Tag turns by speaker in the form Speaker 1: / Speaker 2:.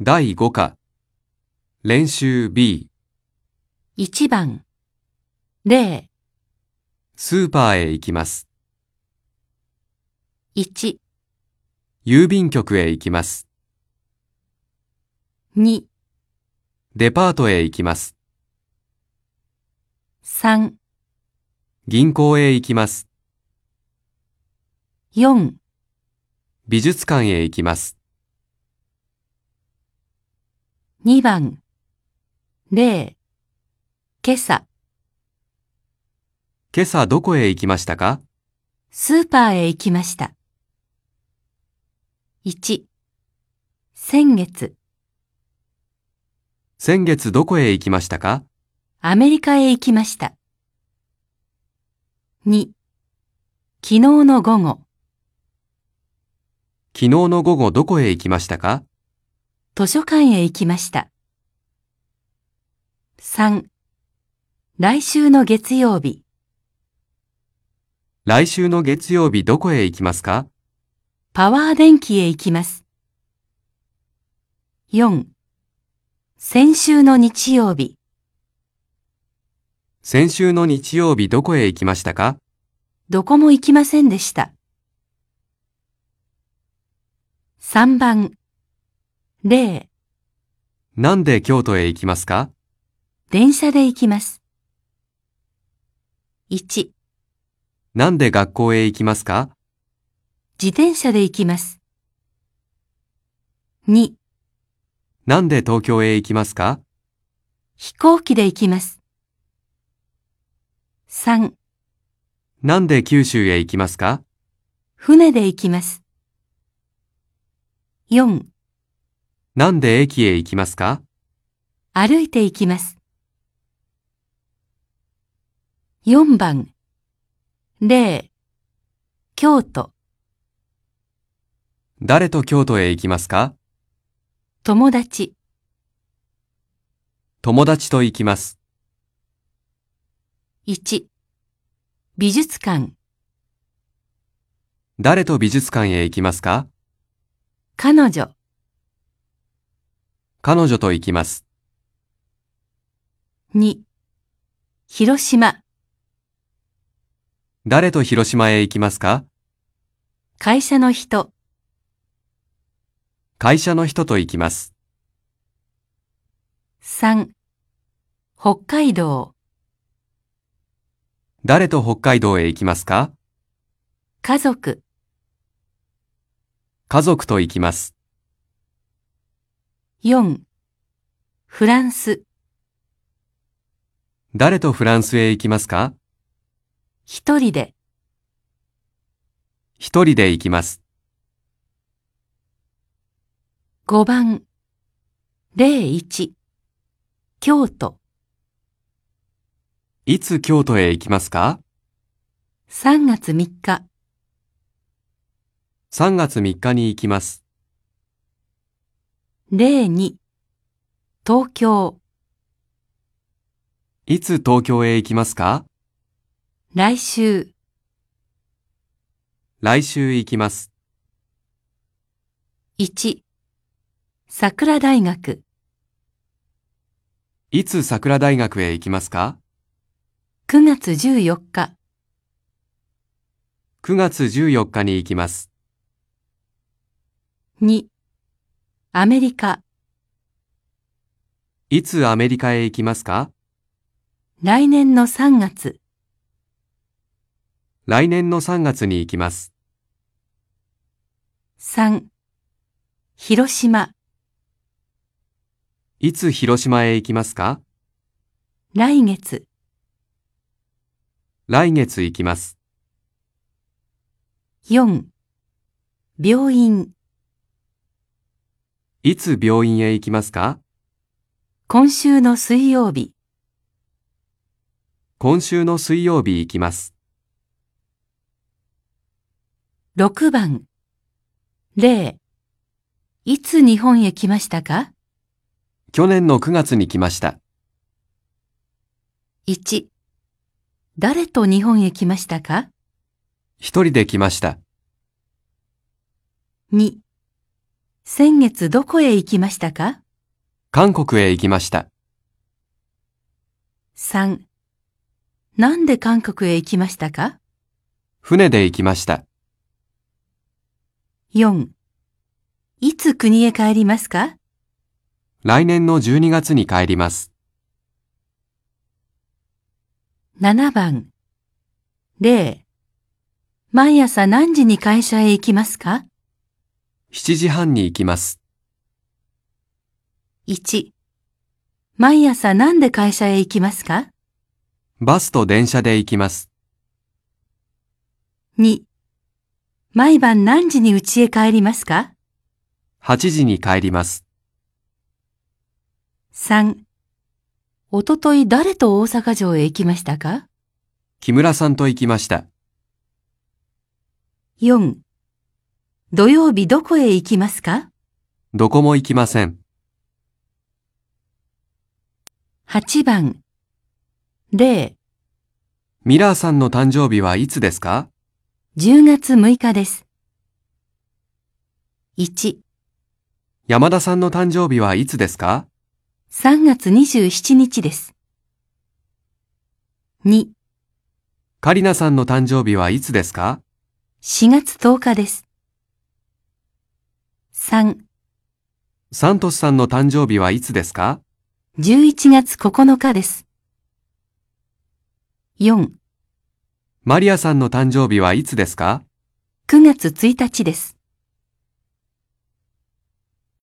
Speaker 1: 第5課。練習 B。
Speaker 2: 1番、0、
Speaker 1: スーパーへ行きます。
Speaker 2: 1、
Speaker 1: 郵便局へ行きます。
Speaker 2: 2、
Speaker 1: デパートへ行きます。
Speaker 2: 3、
Speaker 1: 銀行へ行きます。
Speaker 2: 4、
Speaker 1: 美術館へ行きます。
Speaker 2: 2番、0、今朝、
Speaker 1: 今朝どこへ行きましたか
Speaker 2: スーパーへ行きました。1、先月、
Speaker 1: 先月どこへ行きましたか
Speaker 2: アメリカへ行きました。2、昨日の午後、
Speaker 1: 昨日の午後どこへ行きましたか
Speaker 2: 図書館へ行きました。3、来週の月曜日、
Speaker 1: 来週の月曜日どこへ行きますか
Speaker 2: パワー電気へ行きます。4. 先週の日曜日、
Speaker 1: 先週の日曜日どこへ行きましたか
Speaker 2: どこも行きませんでした。3番、0、
Speaker 1: なんで京都へ行きますか
Speaker 2: 電車で行きます。1、
Speaker 1: なんで学校へ行きますか
Speaker 2: 自転車で行きます。2、
Speaker 1: なんで東京へ行きますか
Speaker 2: 飛行機で行きます。3、
Speaker 1: なんで九州へ行きますか
Speaker 2: 船で行きます。4、
Speaker 1: なんで駅へ行きますか
Speaker 2: 歩いていきます。4番、0、京都、
Speaker 1: 誰と京都へ行きますか
Speaker 2: 友達、
Speaker 1: 友達と行きます。
Speaker 2: 1、美術館、
Speaker 1: 誰と美術館へ行きますか
Speaker 2: 彼女、
Speaker 1: 彼女と行きます。
Speaker 2: 2、広島、
Speaker 1: 誰と広島へ行きますか
Speaker 2: 会社の人、
Speaker 1: 会社の人と行きます。
Speaker 2: 3、北海道、
Speaker 1: 誰と北海道へ行きますか
Speaker 2: 家族、
Speaker 1: 家族と行きます。
Speaker 2: 4、フランス、
Speaker 1: 誰とフランスへ行きますか
Speaker 2: 一人で、
Speaker 1: 一人で行きます。
Speaker 2: 5番、01、京都、
Speaker 1: いつ京都へ行きますか
Speaker 2: 3月3日、
Speaker 1: ?3 月3日に行きます。
Speaker 2: 02東京
Speaker 1: いつ東京へ行きますか
Speaker 2: 来週
Speaker 1: 来週行きます。
Speaker 2: 1桜大学
Speaker 1: いつ桜大学へ行きますか
Speaker 2: 9月14日
Speaker 1: ?9 月14日に行きます。
Speaker 2: 2アメリカ
Speaker 1: いつアメリカへ行きますか
Speaker 2: 来年の3月
Speaker 1: 来年の3月に行きます。
Speaker 2: 3広島
Speaker 1: いつ広島へ行きますか
Speaker 2: 来月
Speaker 1: 来月行きます。
Speaker 2: 4病院
Speaker 1: いつ病院へ行きますか
Speaker 2: 今週の水曜日
Speaker 1: 今週の水曜日行きます。
Speaker 2: 6番0いつ日本へ来ましたか
Speaker 1: 去年の9月に来ました。
Speaker 2: 1誰と日本へ来ましたか
Speaker 1: 一人で来ました。
Speaker 2: 2. 先月どこへ行きましたか
Speaker 1: 韓国へ行きました。
Speaker 2: ?3 なんで韓国へ行きましたか
Speaker 1: 船で行きました。
Speaker 2: ?4 いつ国へ帰りますか
Speaker 1: 来年の12月に帰ります。
Speaker 2: ?7 番0毎朝何時に会社へ行きますか
Speaker 1: 7時半に行きます。
Speaker 2: ?1 毎朝何で会社へ行きますか
Speaker 1: バスと電車で行きます。
Speaker 2: ?2 毎晩何時に家へ帰りますか
Speaker 1: 8時に帰ります。
Speaker 2: ?3 おととい誰と大阪城へ行きましたか
Speaker 1: 木村さんと行きました。
Speaker 2: 4土曜日どこへ行きますか
Speaker 1: どこも行きません。
Speaker 2: ?8 番010
Speaker 1: ミラーさんの誕生日はいつですか
Speaker 2: 月6日です。13
Speaker 1: 山田さんの誕生日はいつですか
Speaker 2: 月27日です。24
Speaker 1: カリナさんの誕生日はいつですか
Speaker 2: 月10日です。311
Speaker 1: サントスさんの誕生日はいつですか
Speaker 2: 月9日です。49
Speaker 1: マリアさんの誕生日はいつですか
Speaker 2: 月1日です。